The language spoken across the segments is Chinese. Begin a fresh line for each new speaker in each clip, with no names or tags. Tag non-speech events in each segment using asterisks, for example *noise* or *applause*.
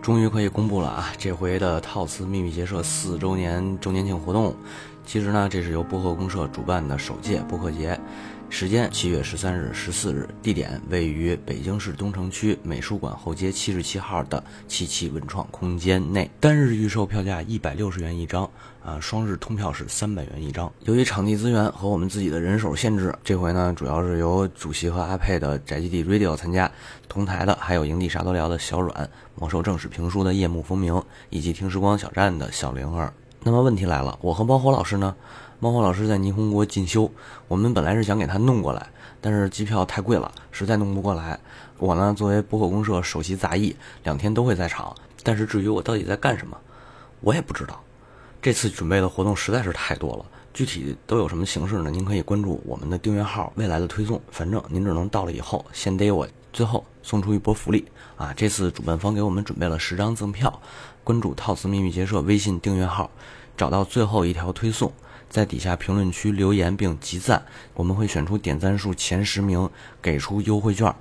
终于可以公布了啊！这回的套词秘密结社四周年周年庆活动，其实呢，这是由播客公社主办的首届播客节，时间七月十三日、十四日，地点位于北京市东城区美术馆后街七十七号的七七文创空间内。单日预售票价一百六十元一张，啊，双日通票是三百元一张。由于场地资源和我们自己的人手限制，这回呢，主要是由主席和阿佩的宅基地 Radio 参加，同台的还有营地啥都聊的小阮、魔兽正史评书的夜幕风鸣，以及听时光小站的小灵儿。那么问题来了，我和猫火老师呢？猫火老师在霓虹国进修，我们本来是想给他弄过来，但是机票太贵了，实在弄不过来。我呢，作为播客公社首席杂役，两天都会在场，但是至于我到底在干什么，我也不知道。这次准备的活动实在是太多了，具体都有什么形式呢？您可以关注我们的订阅号未来的推送，反正您只能到了以后先逮我，最后送出一波福利啊！这次主办方给我们准备了十张赠票，关注“套词秘密结社”微信订阅号，找到最后一条推送，在底下评论区留言并集赞，我们会选出点赞数前十名，给出优惠券，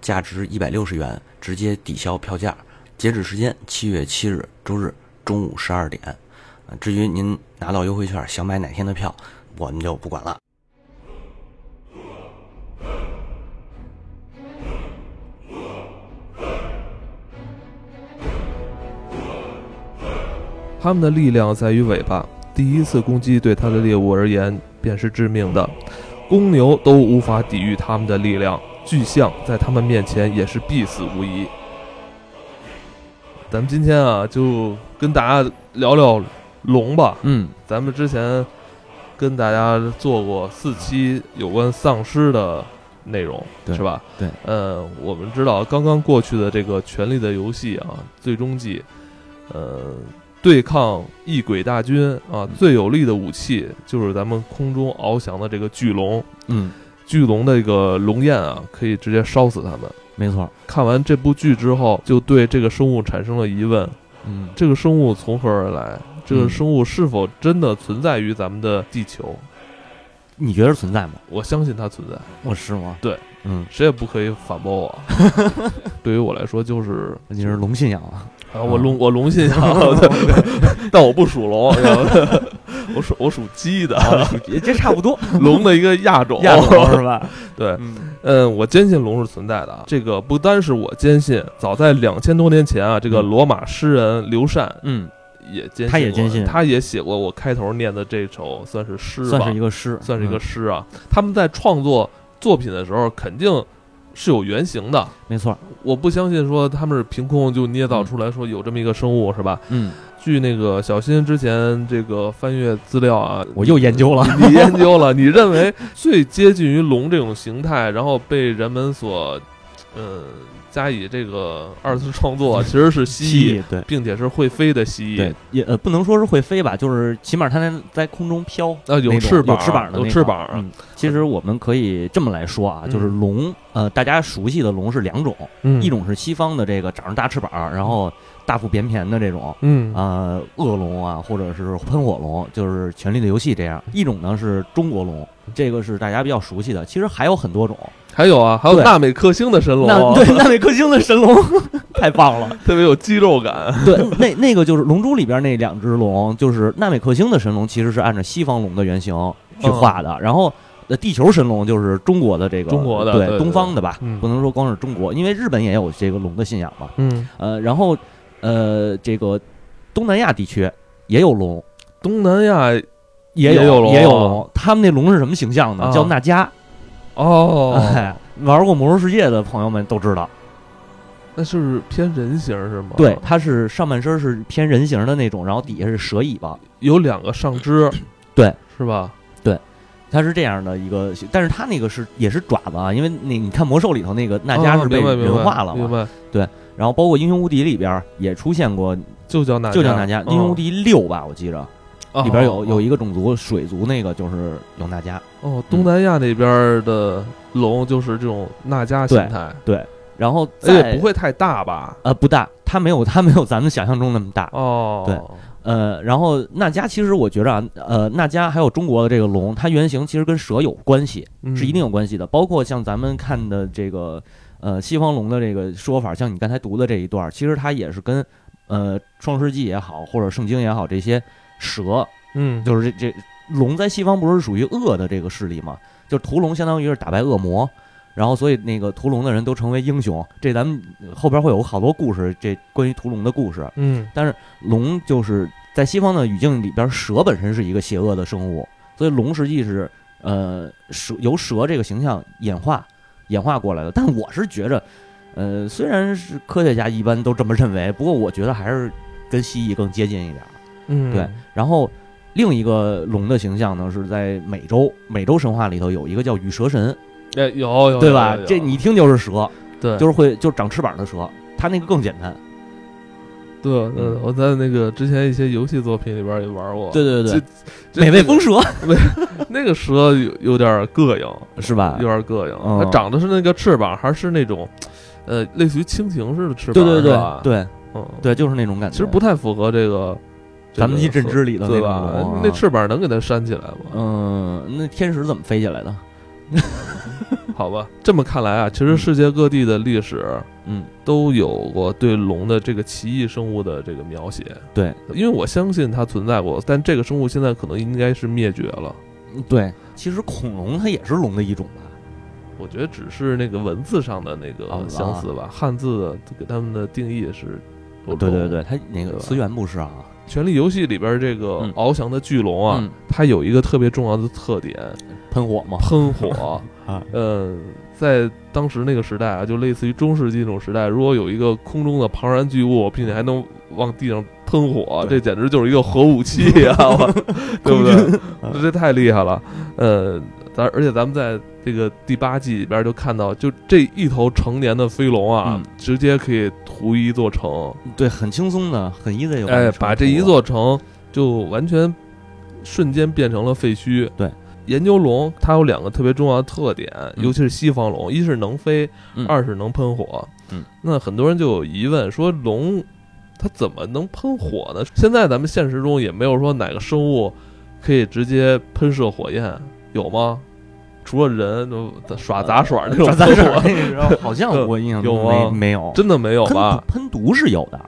价值一百六十元，直接抵消票价。截止时间七月七日周日中午十二点。啊至于您拿到优惠券想买哪天的票，我们就不管了。
它们的力量在于尾巴，第一次攻击对它的猎物而言便是致命的，公牛都无法抵御它们的力量，巨象在它们面前也是必死无疑。咱们今天啊，就跟大家聊聊龙吧。
嗯，
咱们之前跟大家做过四期有关丧尸的内容，
对
是吧？
对。
呃，我们知道刚刚过去的这个《权力的游戏》啊，最终季，呃，对抗异鬼大军啊，
嗯
最有力的武器就是咱们空中翱翔的这个巨龙。
嗯，
巨龙的这个龙焰啊，可以直接烧死他们。
没错。
看完这部剧之后，就对这个生物产生了疑问：
嗯，
这个生物从何而来？这个
嗯
生物是否真的存在于咱们的地球？
你觉得存在吗？
我相信它存在，
我是吗？
对，
嗯，
谁也不可以反驳
*laughs*
我。对于我来说，就是
你是龙信仰
*laughs*
啊？
啊，我龙我龙信仰，啊
*laughs*
对但我不属龙， *laughs* 然后我属我属鸡的，
也这差不多，
龙的一个亚种。
亚龙是吧？
哦对，
嗯
嗯，我坚信龙是存在的啊。这个不单是我坚信，早在两千多年前啊，这个
嗯
罗马诗人刘禅
嗯，
也坚信，
他也坚信
他也写过我开头念的这首算是诗吧，
算是一个诗，
算是一个
嗯，
诗啊。他们在创作作品的时候，肯定是有原型的。
没错。
我不相信说他们是凭空就捏造出来说有这么一个生物是吧？
嗯，
据那个小新之前这个翻阅资料啊，
我又研究了。
你研究了，你认为最接近于龙这种形态，然后被人们所，嗯，加以这个二次创作，其实是蜥蜴，
嗯蜴，对
并且是会飞的蜥蜴
对。，也呃不能说是会飞吧，就是起码它能在空中飘。
啊，有
那种
翅膀，
有翅膀的
有
那
翅
种
膀，
嗯，其实我们可以这么来说啊，
嗯
就是龙，呃，大家熟悉的龙是两种，
嗯
一，种是西方的这个长着大翅膀，然后大腹便便的这种，
嗯
啊，恶龙啊，或者是喷火龙，就是《权力的游戏》这样。一种呢是中国龙，
嗯
这个是大家比较熟悉的。其实还有很多种。
还有啊，还有
对
纳美克星的神龙，
那对
*laughs*
纳美克星的神龙太棒了。
特别有肌肉感。
*laughs* 对，那那个就是《龙珠》里边那两只龙，就是纳美克星的神龙，其实是按照西方龙的原型去画的。然后，呃，地球神龙就是中国的这个
哦中国的
对
对对
东方的吧，
嗯
不能说光是中国，因为日本也有这个龙的信仰嘛。
嗯，
呃，然后呃，这个东南亚地区也有龙。
东南亚
也
也有
有
龙
也有龙，他们那龙是什么形象呢？
啊
叫娜迦。
哦哦
哎，玩过《魔兽世界》的朋友们都知道，
那是偏人形是吗？
对，，它是上半身是偏人形的那种，然后底下是蛇尾巴，
有两个上肢，
对，
是吧？
它是这样的一个。但是它那个是也是爪子啊，因为那你看魔兽里头那个娜迦
啊
是被
明白
人化了
明
嘛，
白，明白
然后包括《英雄无敌》里边也出现过，
就叫娜迦，
就叫娜迦，
嗯
《英雄无敌六》吧，我记着
哦
里边有有一嗯个
个
种族水族，那个就是有娜迦。
哦，东南亚那边的龙就是这种娜迦形态，
然后
而
再
且哎不会太大吧？
呃不大，它没有它没有咱们想象中那么大，
哦，
对呃，然后那迦其实我觉着啊，呃，那迦还有中国的这个龙，它原型其实跟蛇有关系，
嗯
是一定有关系的。包括像咱们看的这个呃西方龙的这个说法，像你刚才读的这一段儿，其实它也是跟呃，《创世纪》也好，或者《圣经》也好，这些蛇
嗯，
就是这这龙在西方不是属于恶的这个势力嘛？就是屠龙相当于是打败恶魔，然后所以那个屠龙的人都成为英雄。这咱们后边会有好多故事，这关于屠龙的故事。
嗯
龙就是在西方的语境里边，蛇本身是一个邪恶的生物，所以龙实际是呃蛇由蛇这个形象演化演化过来的。但我是觉着，呃，虽然是科学家一般都这么认为，不过我觉得还是跟蜥蜴更接近一点儿。
嗯，
对，然后另一个龙的形象呢，是在美洲美洲神话里头有一个叫羽蛇神，
哎，有有
对吧
有有？
这你一听就是蛇，
对，哦
就是会就是长翅膀的蛇，它那个更简单。
对，嗯，我在那个之前一些游戏作品里边也玩过，
对对对，
这，
美味
风
风蛇
*laughs* 那个蛇有有点膈应，
是吧
有？点膈应。
嗯
它长的是那个翅膀，还是那种，呃，类似于蜻蜓似的翅膀，
对对
是
对
吧，
对
嗯，
对，就是那种感觉。
其实不太符合这个
咱们一
这
认
个
知里的
对
种
吧
龙啊？
那翅膀能给它扇起来吗？
嗯，那天使怎么飞起来的？
好吧，这么看来啊，其实世界各地的历史
嗯，
都有过对龙的这个奇异生物的这个描写。
对，
因为我相信它存在过，但这个生物现在可能应该是灭绝了。
对，其实恐龙它也是龙的一种吧？
我觉得只是那个文字上的那
啊
个相似吧，汉字的给他们的定义是。
对对，对，它那个
对吧
词源不是啊。
《权力游戏》里边这个
嗯
翱翔的巨龙啊，
嗯，
它有一个特别重要的
*laughs*
特点，
喷火 *laughs* 嘛。
喷火
啊，
呃，在当时那个时代啊，就类似于中世纪那种时代，如果有一个空中的庞然巨物，并且还能往地上喷火，这
对
简直就是一个核武器啊！
*laughs*
我对不对？这这太厉害了。呃，咱而且咱们在这个第八季里边就看到，就这一头成年的飞龙啊，
嗯
直接可以屠一座城，
*laughs* 对，很轻松的，很 easy 就完
哎，
成
把这
了
一座城就完全瞬间变成了废墟。
对，
研究龙它有两个特别重要的特点，尤其是西方龙，一是能飞，
嗯
二是能喷火。
嗯，
那很多人就有疑问说龙它怎么能喷火呢？现在咱们现实中也没有说哪个生物可以直接喷射火焰，有吗？除了人呃耍杂耍
*laughs*
那种
咱
喷
咱这
火，
那时 *laughs* 候好像我印象中
有吗
没没嗯有，啊
真的没有
喷
吧？
毒喷毒是有的，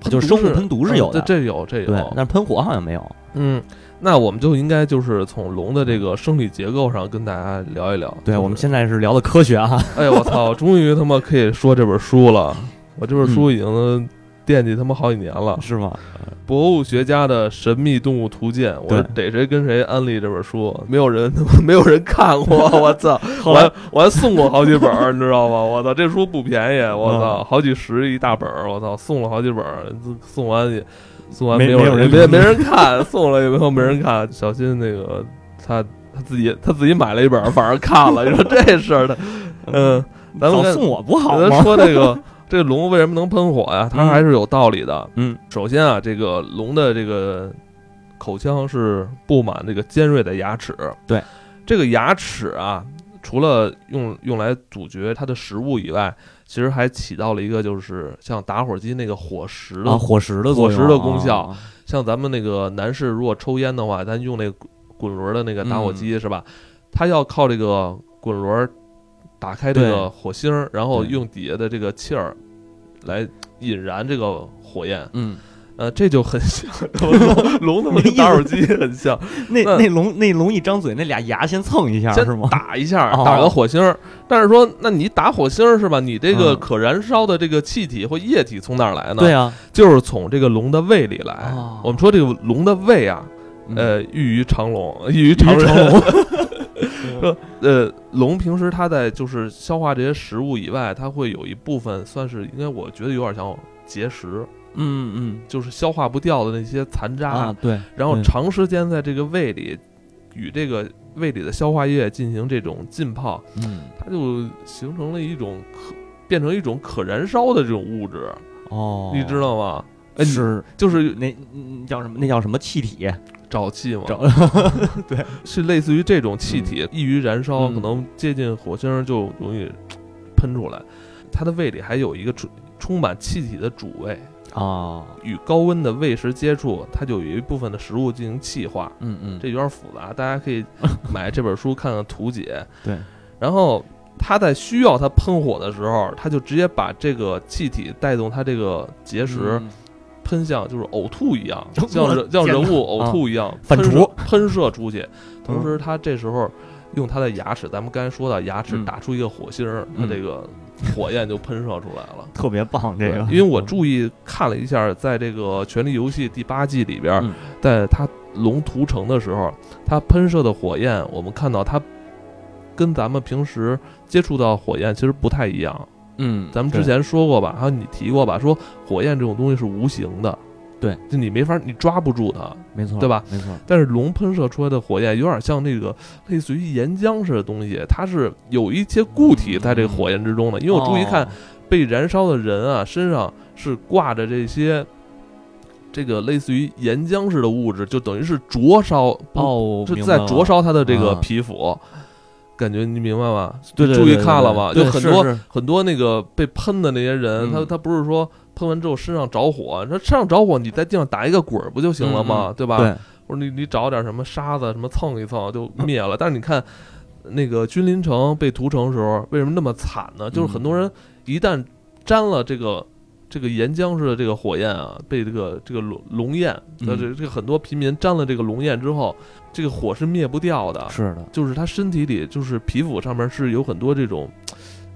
喷
就是
毒
生物喷毒是有的
嗯这这有这有。
对，但是喷火好像没有。
嗯，那我们就应该就是从龙的这个生理结构上跟大家聊一聊。
对，
就是
我们现在是聊的科学啊， *laughs*
哎，我操，终于他妈可以说这本书了。我这本书已经惦记他妈好几年了，
是吗？
博物学家的神秘动物图鉴》，我
对
逮谁跟谁安利这本书，没有人他 *laughs* 妈没有人看过，我操！我还我还送过好几本儿，你知道吗？我操，这书不便宜，我操，
嗯
好几十一大本儿，我操，送了好几本儿，送完也送完
没
有
没有
人
人
没
看
没人看，送了以后没人看，小心那个他他自己他自己买了一本儿，反而看了，你说这事儿的，
呃
嗯，咱
早
们跟
送我不好
咱
吗？啊
说这个这龙为什么能喷火呀？它
嗯
还是有道理的。
嗯，
首先啊，这个龙的这个口腔是布满这个尖锐的牙齿。
对，
这个牙齿啊，除了用用来咀嚼它的食物以外，其实还起到了一个就是像打火机那个火石的，
啊，火石的作用
火石的功效
啊
像咱们那个男士如果抽烟的话，咱用那个滚轮的那个打
嗯
火机、是吧？它要靠这个滚轮打开这个
对
火星儿，然后
对
用底下的这个气儿来引燃这个火焰。
嗯，
呃，这就很像 *laughs*
*laughs*
龙龙他妈跟打火机很像，
那
那
那龙那龙一张嘴，那俩牙先蹭一下
先
是吗？
打一下，
哦
打个火星儿。但是说，那你打火星儿是吧？你这个
嗯
可燃烧的这个气体或液体从哪儿来呢？
对啊，
就是从这个龙的胃里来。
哦
我们说这个龙的胃啊，
嗯
呃，异于
*laughs*
常龙，异于常
长
人。
龙
说呃，龙平时它在就是消化这些食物以外，它会有一部分算是应该我觉得有点像节食，
嗯
就是消化不掉的那些残
嗯
渣，
啊，对，
然后
对
长时间在这个胃里与这个胃里的消化液进行这种浸泡，
嗯
它就形成了一种可变成一种可燃烧的这种物质，
哦，
你知道吗？哎，你
是
就是
那嗯叫什么？那叫什么气体？
沼气嘛，
*laughs* 找
是类似于这种气体，易于燃烧，
嗯
可能接近火星儿就容易喷出来。它的胃里还有一个充充满气体的主胃，
啊，
与高温的胃食接触，它就有一部分的食物进行气化。
嗯嗯，
这有点复杂，大家可以买这本书看看图解。
*laughs* 对，
然后它在需要它喷火的时候，它就直接把这个气体带动它这个结石
嗯
喷喷向，就是呕吐一样，
*laughs* 我
像人像
天
人
哪啊
物呕吐一样，
反
喷射
刍
喷射出去。同
嗯
时，他这时候用他的牙齿，咱们刚才说到牙齿
嗯
打出一个火星儿，他
嗯
这个火焰就喷射出来了。
特别棒这
对
个，嗯
因为我注意看了一下，在这个《权力游戏》第八季里边，
嗯
在它龙屠城的时候，它喷射的火焰，我们看到它跟咱们平时接触到火焰其实不太一样。
嗯，
咱们之前说过吧，还有你提过吧，说火焰这种东西是无形的，
对，
就你没法你抓不住它。
对没错
对吧？
没错，
但是龙喷射出来的火焰有点像那个类似于岩浆似的东西，它是有一些固体在这个火焰之中的。因为我注意看
哦，
被燃烧的人啊，身上是挂着这些，这个类似于岩浆似的物质，就等于是灼烧，
哦，
是
明
嗯在
白了
灼，烧他的这个
啊
皮肤。感觉你明白吗？
对对
注
对
意
对
看
对
了吧？
对
就很
是
多
是
很多那个被喷的那些人，
嗯
他他不是说喷完之后身上着火，他身上着火，你在地上打一个滚儿不就行了吗？对吧？
嗯
嗯
对，
或者你你找点什么沙子什么蹭一蹭就灭
*laughs*
了。但是你看那个君临城被屠城时候，为什么那么惨呢？
嗯
就是很多人一旦沾了这个这个岩浆似的这个火焰啊，被这个这个龙龙焰，
嗯
那这这个很多平民沾了这个龙焰之后，这个火是灭不掉的，
是的，
就是他身体里就是皮肤上面是有很多这种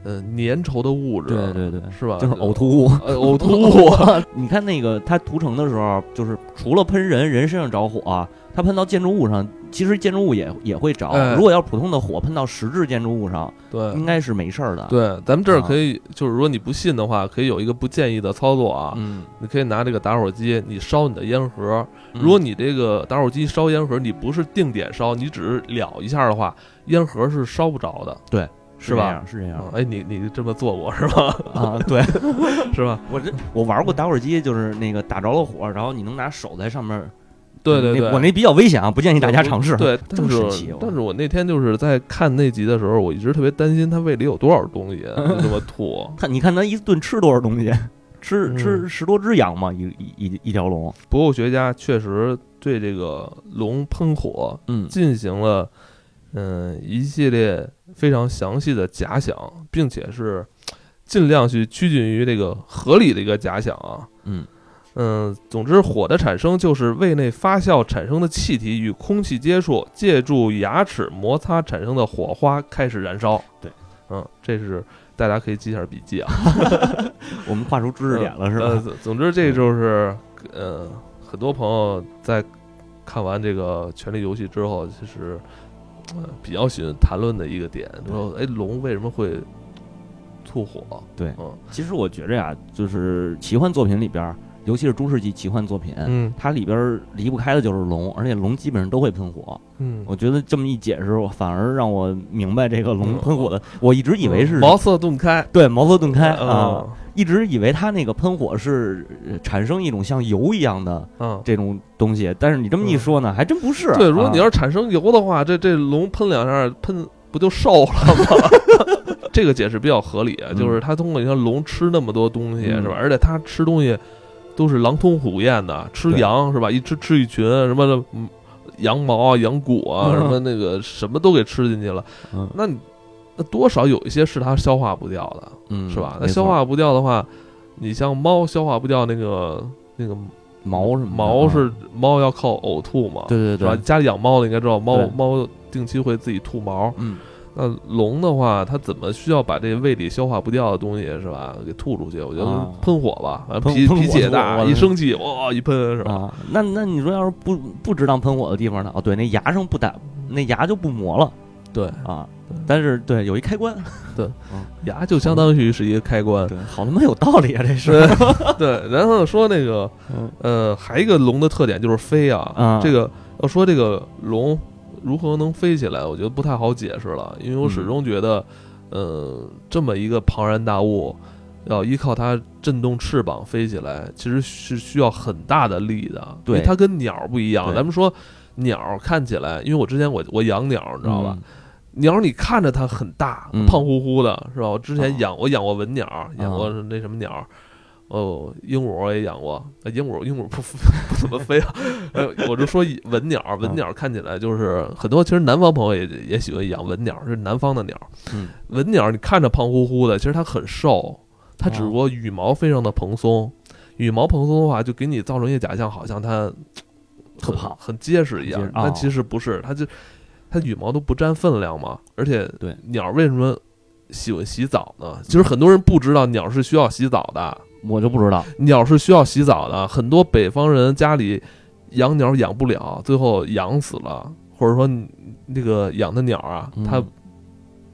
呃粘稠的物质，
对对对，
是吧？
就是呕。吐物。
呃，啊 *laughs* 呕吐
*laughs*
物， *laughs*
你看那个他屠城的时候，就是除了喷人，人身上着火，他喷到建筑物上，其实建筑物也也会着
哎。
如果要普通的火喷到实质建筑物上，
对
应该是没事儿的。，
对，咱们这儿
啊
可以，就是如果你不信的话，可以有一个不建议的操作啊，
嗯，
你可以拿这个打火机，你烧你的烟盒。如
嗯
果你这个打火机烧烟盒，你不是定点烧，你只是燎一下的话，烟盒是烧不着的。
是
吧嗯
这样？是这样
啊哎，你你这么做过是吧？ *laughs*
啊，对
是吧？
我这我玩过打火机，就是那个打着了火，然后你能拿手在上面。嗯
对对
那
对，
我那比较危险啊，不建议大家尝试。，
对，
这么
但是
神奇我
但是我那天就是在看那集的时候，我一直特别担心他胃里有多少东西，就这么
*laughs*
吐。
*laughs* 看你看他一顿吃多少东西，吃
嗯
吃十多只羊嘛，一一一一条龙。
博物学家确实对这个龙喷火
嗯
进行了嗯一系列非常详细的假想，并且是尽量去趋近于这个合理的一个假想啊。
嗯
嗯，总之，火的产生就是胃内发酵产生的气体与空气接触，借助牙齿摩擦产生的火花开始燃烧。
对，
嗯，这是大家可以记一下笔记啊，
我们跨出知识点了是
呃
吧？
总总之，这就是呃，很多朋友在看完这个《权力游戏》之后，其实呃比较喜欢谈论的一个点，说哎，龙为什么会吐火？
对
嗯
其实我觉着呀，就是奇幻作品里边儿，尤其是中世纪奇幻作品，
嗯
它里边儿离不开的就是龙，而且龙基本上都会喷火。
嗯，
我觉得这么一解释，我反而让我明白这个龙喷火的。我一直以为是
茅塞顿开
对茅塞顿开啊，
啊
一直以为它那个喷火是呃产生一种像油一样的
啊。
这种东西，但是你这么一说呢，还真不是。
嗯对，如果你要
啊
是产生油的话，这这龙喷两下，喷不就瘦了吗？ *laughs* 这个解释比较合理，啊
嗯
就是它通过你看龙吃那么多东西
嗯
是吧？而且它吃东西都是狼吞虎咽的，吃
对
羊是吧？一吃吃一群什么的，嗯羊毛啊、羊骨啊，
嗯
什
*laughs*
么那个什么都给吃进去了。
嗯
那你那多少有一些是它消化不掉的，
嗯
是吧？那
没错
消化不掉的话，你像猫消化不掉那个那个
毛什么的
毛
啊
是猫要靠呕吐嘛？
对对
是吧？
对，
家里养猫的应该知道，猫
对
猫定期会自己吐毛。
嗯
那龙的话，它怎么需要把这胃里消化不掉的东西是吧，给吐出去？我觉得
啊
喷火吧，反正
喷
脾
喷火
脾气也大，
我
一生气哇一喷是吧？
啊，那那你说要是不不值当喷火的地方呢？哦，对，那牙上不打，那牙就不磨了
对，
啊
对。
但是对，有一开
*laughs*
关，
牙就相当于是一个开关。
对，好他妈有道理啊，这是
对 *laughs* 对，然后说那个
嗯
呃，还一个龙的特点就是飞啊
啊，
这个要说这个龙如何能飞起来，我觉得不太好解释了，因为我
嗯
始终觉得，呃，这么一个庞然大物，要依靠它震动翅膀飞起来，其实是需要很大的力的，因为
对
它跟鸟不一样。
对
咱们说鸟看起来，因为我之前我我养鸟，你知道吧？
嗯？
鸟你看着它很大，
嗯
胖乎乎的，是吧？我之前
啊
养、我养过文鸟，养过那什么鸟，哦，鹦鹉我也养过，呃鹦鹉鹦鹉不 *laughs* 不怎么飞啊， *laughs* 哎，我就说文
啊
鸟，文鸟看起来就是很多，其实南方朋友也也喜欢养文鸟，是南方的鸟，
嗯
文鸟你看着胖乎乎的，其实它很瘦，它只不过羽毛非常的蓬松。羽毛蓬松的话，就给你造成一个假象，好像它
特胖
很结实
很结
一样
实，
但
哦
其实不是，它就它羽毛都不占分量嘛。而且，
对
鸟为什么喜欢洗澡呢？其实很多人不知道鸟是需要洗澡的，
我就不知道，
鸟是需要洗澡的。很多北方人家里养鸟养不了，最后养死了，或者说你那个养的鸟啊，
嗯
它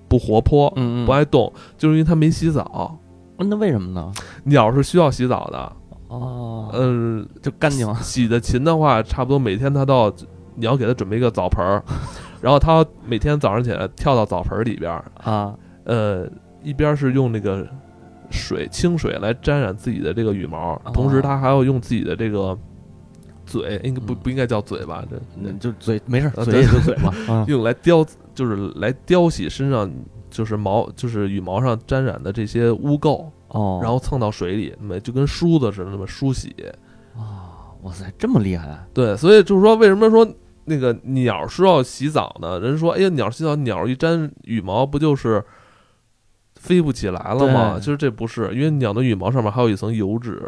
不活泼，
嗯
不爱动，就是因为它没洗澡。
那为什么呢？
鸟是需要洗澡的，
哦，
嗯、
就干净啊，
洗的勤的话，差不多每天它到，你要给它准备一个澡
*laughs*
盆儿，然后它每天早上起来跳到澡盆儿里边儿，
啊，
呃，一边儿是用那个水清水来沾染自己的这个羽
哦
毛，同时它还要用自己的这个嘴，应该不
嗯
不应该叫嘴吧？这
嗯就嘴没事，
啊
嘴也就嘴
*laughs*
嘛，啊
用来叼，就是来叼洗身上就是毛，就是羽毛上沾染的这些污垢，
哦，
然后蹭到水里，那么就跟梳子似的，那么梳洗。
啊，哇塞，这么厉害啊，
对，所以就是说，为什么说那个鸟是要洗澡呢？人说，哎呀，鸟洗澡，鸟一沾羽毛，不就是飞不起来了吗？
对
其实这不是，因为鸟的羽毛上面还有一层油脂，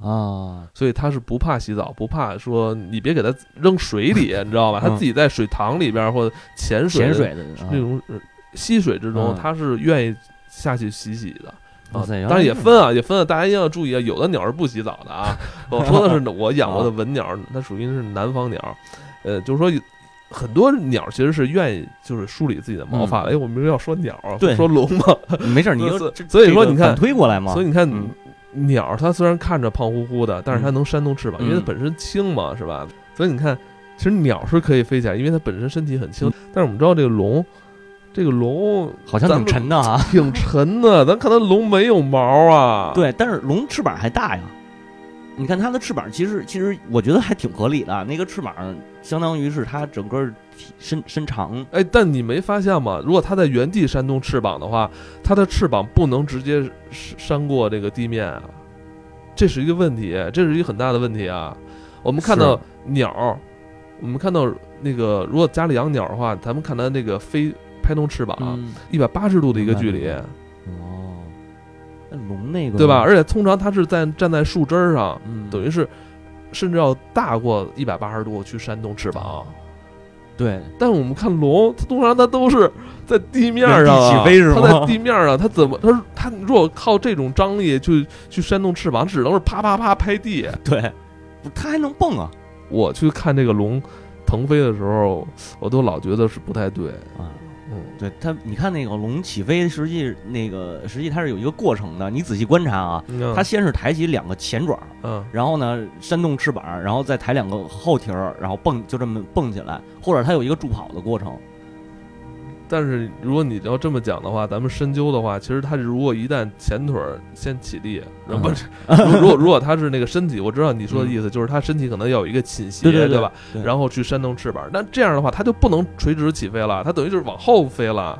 啊，
所以它是不怕洗澡，不怕说你别给它扔水里，你知道吧？它
嗯
自己在水塘里边或者潜水
潜
的
水的啊
那种呃溪水之中，
嗯
它是愿意下去洗洗的。
哇
啊，
塞原来
当然也
是
分啊，也分啊，大家一定要注意啊。有的鸟是不洗澡
*laughs*
的啊。我说的是我养过的文鸟，它属于是南方鸟，呃，就是说有很多鸟其实是愿意就是梳理自己的毛发。哎，我们要说鸟啊，
嗯对
说龙嘛，
没事，你就
所以
这
所以
这
说
个
你看
反推过来嘛，
所以你看
嗯
鸟，它虽然看着胖乎乎的，但是它能扇动翅膀，因为它
嗯
本身轻嘛，是吧？所以你看，其实鸟是可以飞起来，因为它本身身体很
嗯
轻。但是我们知道这个龙，这个龙
好像
咱
挺
们
沉的啊，
挺沉的，咱看它龙没有毛啊。
对，但是龙翅膀还大呀。你看它的翅膀，其实其实我觉得还挺合理的。那个翅膀相当于是它整个体身身长，
哎，但你没发现吗？如果它在原地扇动翅膀的话，它的翅膀不能直接扇扇过这个地面啊，这是一个问题，这是一个很大的问题啊。我们看
是
到鸟，我们看到那个，如果家里养鸟的话，咱们看它那个飞拍动翅膀，
嗯，
一百八十度的一个距
明
离，
白哦，那龙那个
对吧？？而且通常它是在站在树枝儿上，
嗯，
等于是甚至要大过一百八十度去扇动翅膀。
对，
但我们看龙，它通常它都是在地面上、啊、
原地起飞是吗
它在地面上，它怎么？它它如果靠这种张力去去扇动翅膀，只能是啪啪啪拍地。
对，不它还能蹦啊
我去看这个龙腾飞的时候，我都老觉得是不太对。
啊！
嗯，
对它，你看那个龙起飞，实际那个实际它是有一个过程的。你仔细观察啊，
嗯
它先是抬起两个前爪，
嗯
然后呢扇动翅膀，然后再抬两个后蹄儿，然后蹦就这么蹦起来，或者它有一个助跑的过程。
但是如果你要这么讲的话，咱们深究的话，其实它如果一旦前腿儿先起立，
嗯
不是，如 *laughs* 如果如果它是那个身体，我知道你说的意思，就是它身体可能要有一个倾斜，
对对对
吧？
对
然后去扇动翅膀，那这样的话，它就不能垂直起飞了，它等于就是往后飞了。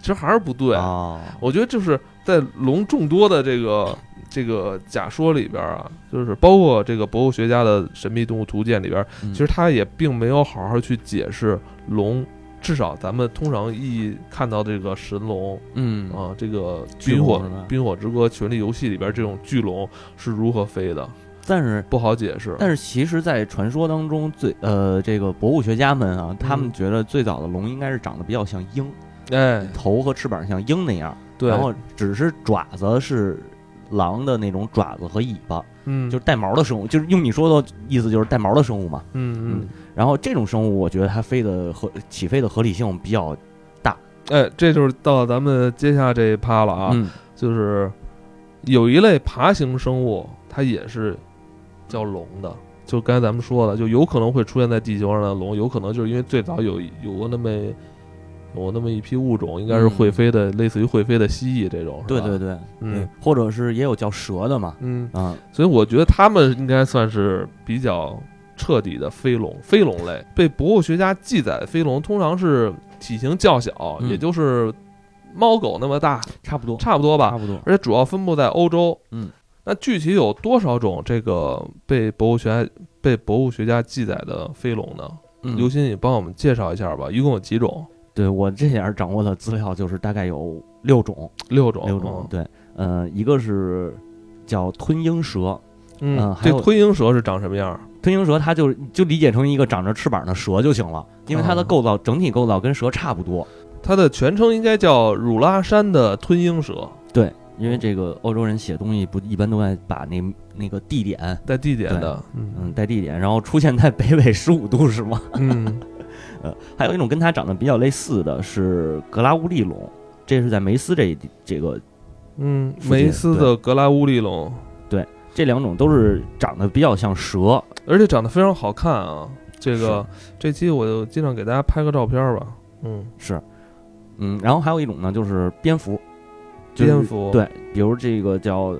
其实还是不对，
哦，
我觉得就是在龙众多的这个这个假说里边啊，就是包括这个博物学家的《神秘动物图鉴》里边，
嗯
其实他也并没有好好去解释龙，至少咱们通常意义看到这个神龙
嗯
啊，这个《
巨
冰火
龙是吧
冰火之歌》权力游戏里边这种巨龙是如何飞的，
但是
不好解释。
但是其实，在传说当中，最呃这个博物学家们啊，他
嗯
们觉得最早的龙应该是长得比较像鹰，
哎，
头和翅膀像鹰那样，
对，
然后只是爪子是狼的那种爪子和尾巴，
嗯，
就是带毛的生物，就是用你说的意思就是带毛的生物嘛。
嗯嗯。
然后这种生物，我觉得它飞的合起飞的合理性比较
哎，这就是到咱们接下这一趴了啊，
嗯
就是有一类爬行生物，它也是叫龙的。就刚才咱们说的，就有可能会出现在地球上的龙，有可能就是因为最早有有过那么有过那么一批物种，应该是会飞的，类似于会飞的蜥蜴这种，是
对
吧
对，对，
嗯，
或者是也有叫蛇的嘛，
嗯，
啊，
所以我觉得他们应该算是比较彻底的飞龙，飞龙类被博物学家记载，飞龙通常是体型较小，
嗯
也就是猫狗那么大，
差不多，
差不多吧，
差不多，
而且主要分布在欧洲。
嗯，
那具体有多少种这个被博物学家被博物学家记载的飞龙呢？
嗯
刘鑫，你帮我们介绍一下吧，一共有几种？
对我这点儿掌握的资料就是大概有六种，
六种，
哦六种，对，呃，一个是叫吞鹰蛇。嗯
嗯，
还
这
有
吞鹰蛇是长什么样儿？
吞鹰蛇它就是就理解成一个长着翅膀的蛇就行了，因为它的
哦
构造整体构造跟蛇差不多。
它的全称应该叫汝拉山的吞鹰蛇，
对，因为这个欧洲人写东西不一般都爱把那那个地点，
带地点的。嗯
嗯，带地点，然后出现在北纬十五度是吗？ *laughs*
嗯，
还有一种跟它长得比较类似的是格拉乌利龙，这是在梅斯这一地这个
嗯，
附近
梅斯的格拉乌利龙，
这两种都是长得比较像蛇，
而且长得非常好看啊。这个这期我就尽量给大家拍个照片吧。嗯，
是，嗯，然后还有一种呢就是蝙蝠，就是
蝙蝠，
对，比如这个叫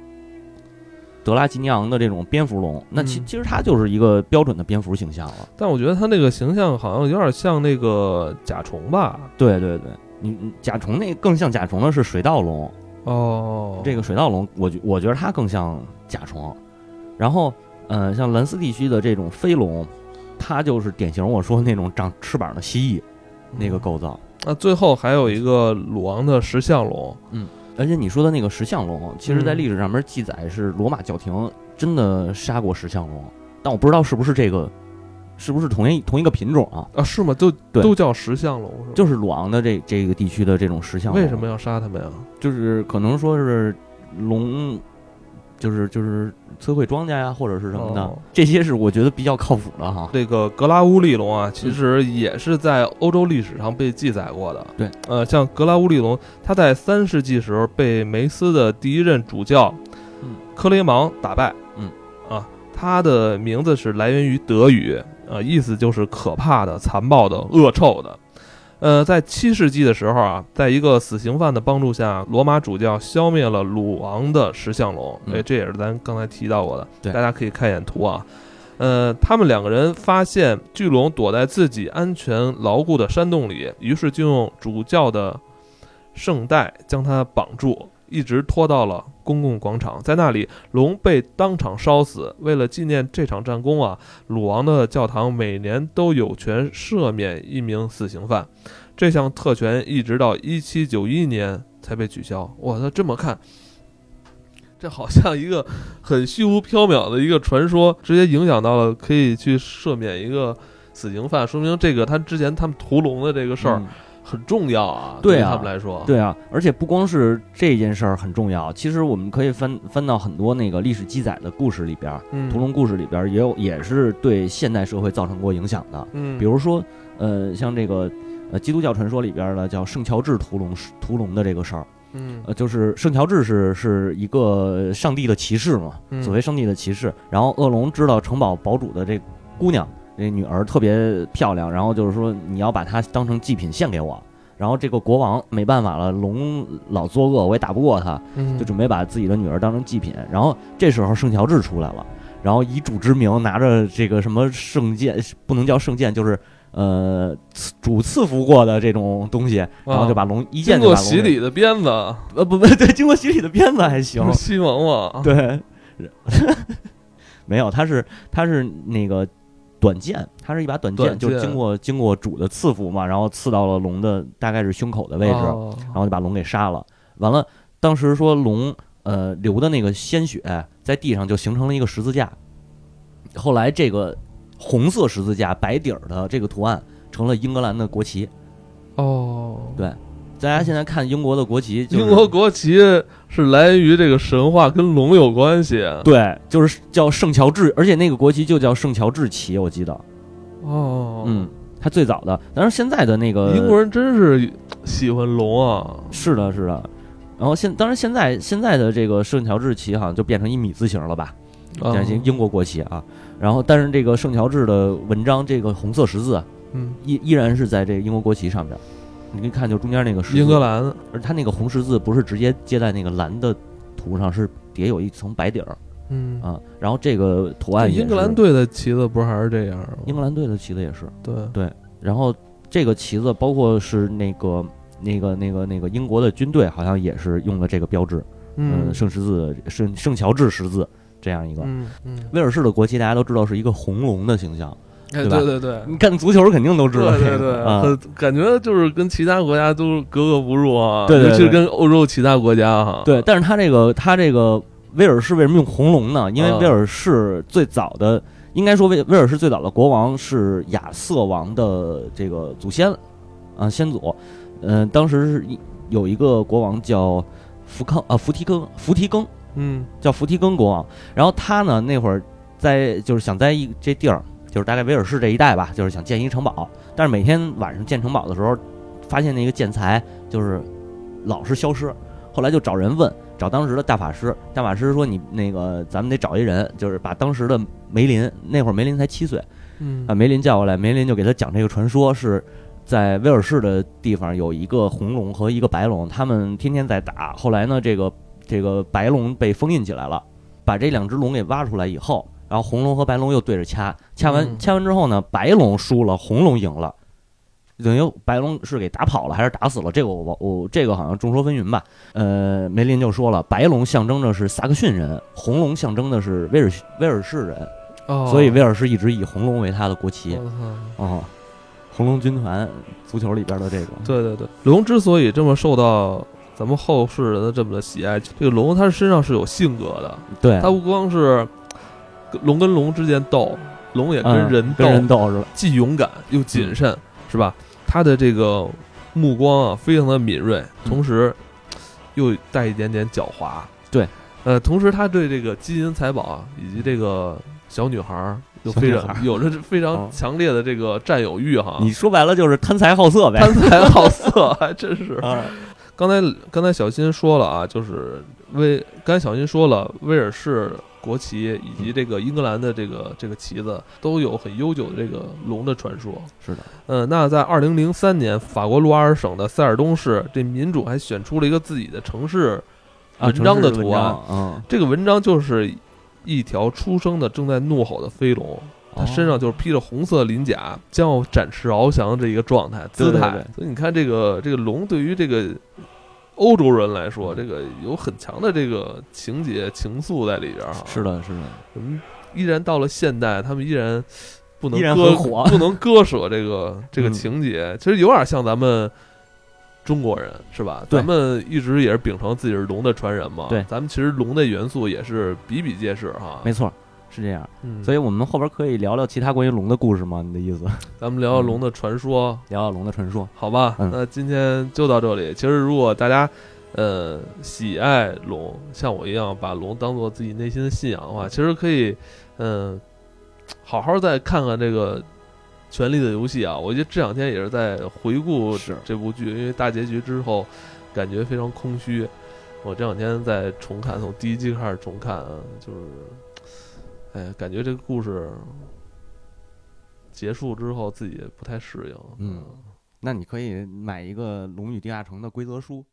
德拉吉尼昂的这种蝙蝠龙，那其
嗯
其实它就是一个标准的蝙蝠形象了。
但我觉得它那个形象好像有点像那个甲虫吧？
对对对，你你甲虫那更像甲虫的是水稻龙，
哦，
这个水稻龙，我觉我觉得它更像甲虫。然后，呃，像兰斯地区的这种飞龙，它就是典型我说那种长翅膀的蜥蜴那个
嗯
构造。
那最后还有一个鲁王的石像龙，
而且你说的那个石像龙，其实在
嗯
历史上面记载是罗马教廷真的杀过石像龙，但我不知道是不是这个，是不是同一同一个品种啊？
啊，是吗？都
对
都叫石像龙是吗？
就是鲁昂的这这个地区的这种石像龙，哦
为什么要杀他们呀？
就是可能说是龙，就是就是摧毁庄稼呀，或者是什么的，
哦
这些是我觉得比较靠谱的哈。
这个格拉乌利龙啊，其实也是在欧洲历史上被记载过的。
对，
呃，像格拉乌利龙，它在三世纪时候被梅斯的第一任主教
嗯
科雷芒打败。
嗯，
啊，它的名字是来源于德语，啊，意思就是可怕的、残暴的、恶臭的。呃，在七世纪的时候啊，在一个死刑犯的帮助下，罗马主教消灭了鲁昂的石像龙。
嗯
哎，这也是咱刚才提到过的，
对
大家可以看一眼图啊。呃，他们两个人发现巨龙躲在自己安全牢固的山洞里，于是就用主教的圣带将它绑住，一直拖到了公共广场。在那里，龙被当场烧死。为了纪念这场战功啊，鲁王的教堂每年都有权赦免一名死刑犯。这项特权一直到一七九一年才被取消。我操，这么看，这好像一个很虚无缥缈的一个传说，直接影响到了可以去赦免一个死刑犯，说明这个他之前他们屠龙的这个事儿
嗯
很重要啊，
对
于
啊
他们来说，
对啊，而且不光是这件事儿很重要，其实我们可以翻翻到很多那个历史记载的故事里边儿，
嗯，
屠龙故事里边儿也有也是对现代社会造成过影响的。
嗯，
比如说，呃，像这个呃基督教传说里边儿的叫圣乔治屠龙屠龙的这个事儿，
嗯，
呃，就是圣乔治是是一个上帝的骑士嘛，
嗯
所谓上帝的骑士。然后恶龙知道城堡堡主的这姑娘，这女儿特别漂亮，然后就是说你要把她当成祭品献给我。然后这个国王没办法了，龙老作恶，我也打不过他，
嗯
就准备把自己的女儿当成祭品。然后这时候圣乔治出来了，然后以主之名拿着这个什么圣剑，不能叫圣剑，就是呃赐主赐福过的这种东西，然后就把龙一
啊经
剑就把
过
龙
洗
给，
礼的鞭子，啊
呃
*laughs*
不不对，经过洗礼的鞭子还行，
西蒙啊，
对， *laughs* 没有，它是它是那个短剑，它是一把短剑，
短剑
就是经过经过主的赐福嘛，然后刺到了龙的大概是胸口的位置，
哦
然后就把龙给杀了。完了，当时说龙呃流的那个鲜血在地上就形成了一个十字架，后来这个红色十字架白底儿的这个图案成了英格兰的国旗。
哦，
对大家现在看英国的国旗、就是，
英国国旗是来源于这个神话，跟龙有关系。啊
对，就是叫圣乔治，而且那个国旗就叫圣乔治旗，我记得。
哦，
嗯，呃他最早的，当然现在的那个
英国人真是喜欢龙啊。
是的，是的。然后现当然现在现在的这个圣乔治旗好像就变成一米字形了吧，
啊
典型英国国旗啊。然后但是这个圣乔治的文章，这个红色十字啊
嗯，
依依然是在这个英国国旗上边。你可以看，就中间那个十字，
英格，兰
而它那个红十字不是直接接在那个蓝的图上，是底下有一层白底儿
嗯，
啊。然后这个图案
这
也
英格兰
是，
队的旗子不是还是这样吗？
英格兰队的旗子也是。
对，
然后这个旗子包括是那个那个那个那个英国的军队，好像也是用了这个标志，呃
嗯
圣十字圣圣乔治十字这样一个。
嗯嗯，
威尔士的国旗大家都知道是一个红龙的形象，
哎，
对吧
对对对。
你看足球肯定都知道
对
这
对
个
对，
啊。
很感觉就是跟其他国家都格格不入啊，
对对
尤其
对
是跟欧洲其他国家哈。
对，但是他这个他这个威尔士为什么用红龙呢？因为
嗯
威尔士最早的，应该说威威尔士最早的国王是亚瑟王的这个祖先，啊，先祖。嗯、当时是一有一个国王叫福康啊，福提更，福提更
嗯
叫福提更国王。然后他呢，那会儿在就是想在一这地儿，就是大概威尔士这一带吧，就是想建一城堡，但是每天晚上建城堡的时候，发现那个建材就是老是消失。后来就找人问，找当时的大法师，大法师说你那个咱们得找一人，就是把当时的梅林，那会儿梅林才七岁，
嗯
把啊梅林叫过来，梅林就给他讲这个传说是。在威尔士的地方有一个红龙和一个白龙，他们天天在打。后来呢，这个这个白龙被封印起来了，把这两只龙给挖出来以后，然后红龙和白龙又对着掐，掐完、
嗯
掐完之后呢，白龙输了，红龙赢了，等于白龙是给打跑了还是打死了？这个我我这个好像众说纷纭吧。呃，梅林就说了，白龙象征着是萨克逊人，红龙象征的是威尔威尔士人，
哦，
所以威尔士一直以红龙为他的国旗。
我操
哦，红龙军团足球里边的这个，
对对对，龙之所以这么受到咱们后世人的这么的喜爱，这个龙它身上是有性格的，
对，嗯
它不光是跟龙跟龙之间斗，龙也跟
嗯
人斗，
跟人斗是吧？
既勇敢又谨慎，
嗯
是吧？它的这个目光啊，非常的敏锐，
嗯
同时又带一点点狡猾。
对，
呃，同时它对这个金银财宝啊以及这个小女孩儿有
小
非
女孩
常
儿
有着非常
哦
强烈的这个占有欲哈。
你说白了就是贪财好色呗。
贪财好色， *laughs* 还真是。
啊，
刚才刚才小新说了啊，就是威，刚才小新说了，威尔士国旗以及这个英格兰的这个这个旗子都有很悠久的这个龙的传说。
是的，
呃，那在二零零三年，法国卢瓦尔省的塞尔东市，这民主还选出了一个自己的城市。
啊
文章的
城市
图啊
文
案
章，嗯，
这个文章就是一条出生的正在怒吼的飞龙，它
哦
身上就是披着红色鳞甲，将要展翅翱翔这一个状态姿态。
对对
所以你看，这个这个龙对于这个欧洲人来
嗯
说，这个有很强的这个情节情愫在里边儿哈。
是，的，是的，
嗯，依然到了现代，他们依然不能
依然
割
很火
不能割舍这
*laughs*
个这个
嗯
情节，其实有点像咱们。中国人是吧？
对
咱们一直也是秉承自己是龙的传人嘛。
对
咱们其实龙的元素也是比比皆是哈。
没错，是这样。
嗯，
所以我们后边可以聊聊其他关于龙的故事吗？你的意思？ *laughs*
咱们聊聊龙的传说，
聊聊龙的传说。
好吧？
嗯
那今天就到这里。其实如果大家呃喜爱龙，像我一样把龙当做自己内心的信仰的话，其实可以嗯、呃好好再看看这个《权力的游戏》啊。我觉得这两天也是在回顾
是
这部剧，因为大结局之后感觉非常空虚。我这两天在重看，从第一季开始重看啊，就是，哎，感觉这个故事结束之后自己也不太适应。
嗯那你可以买一个《龙与地下城》的规则书，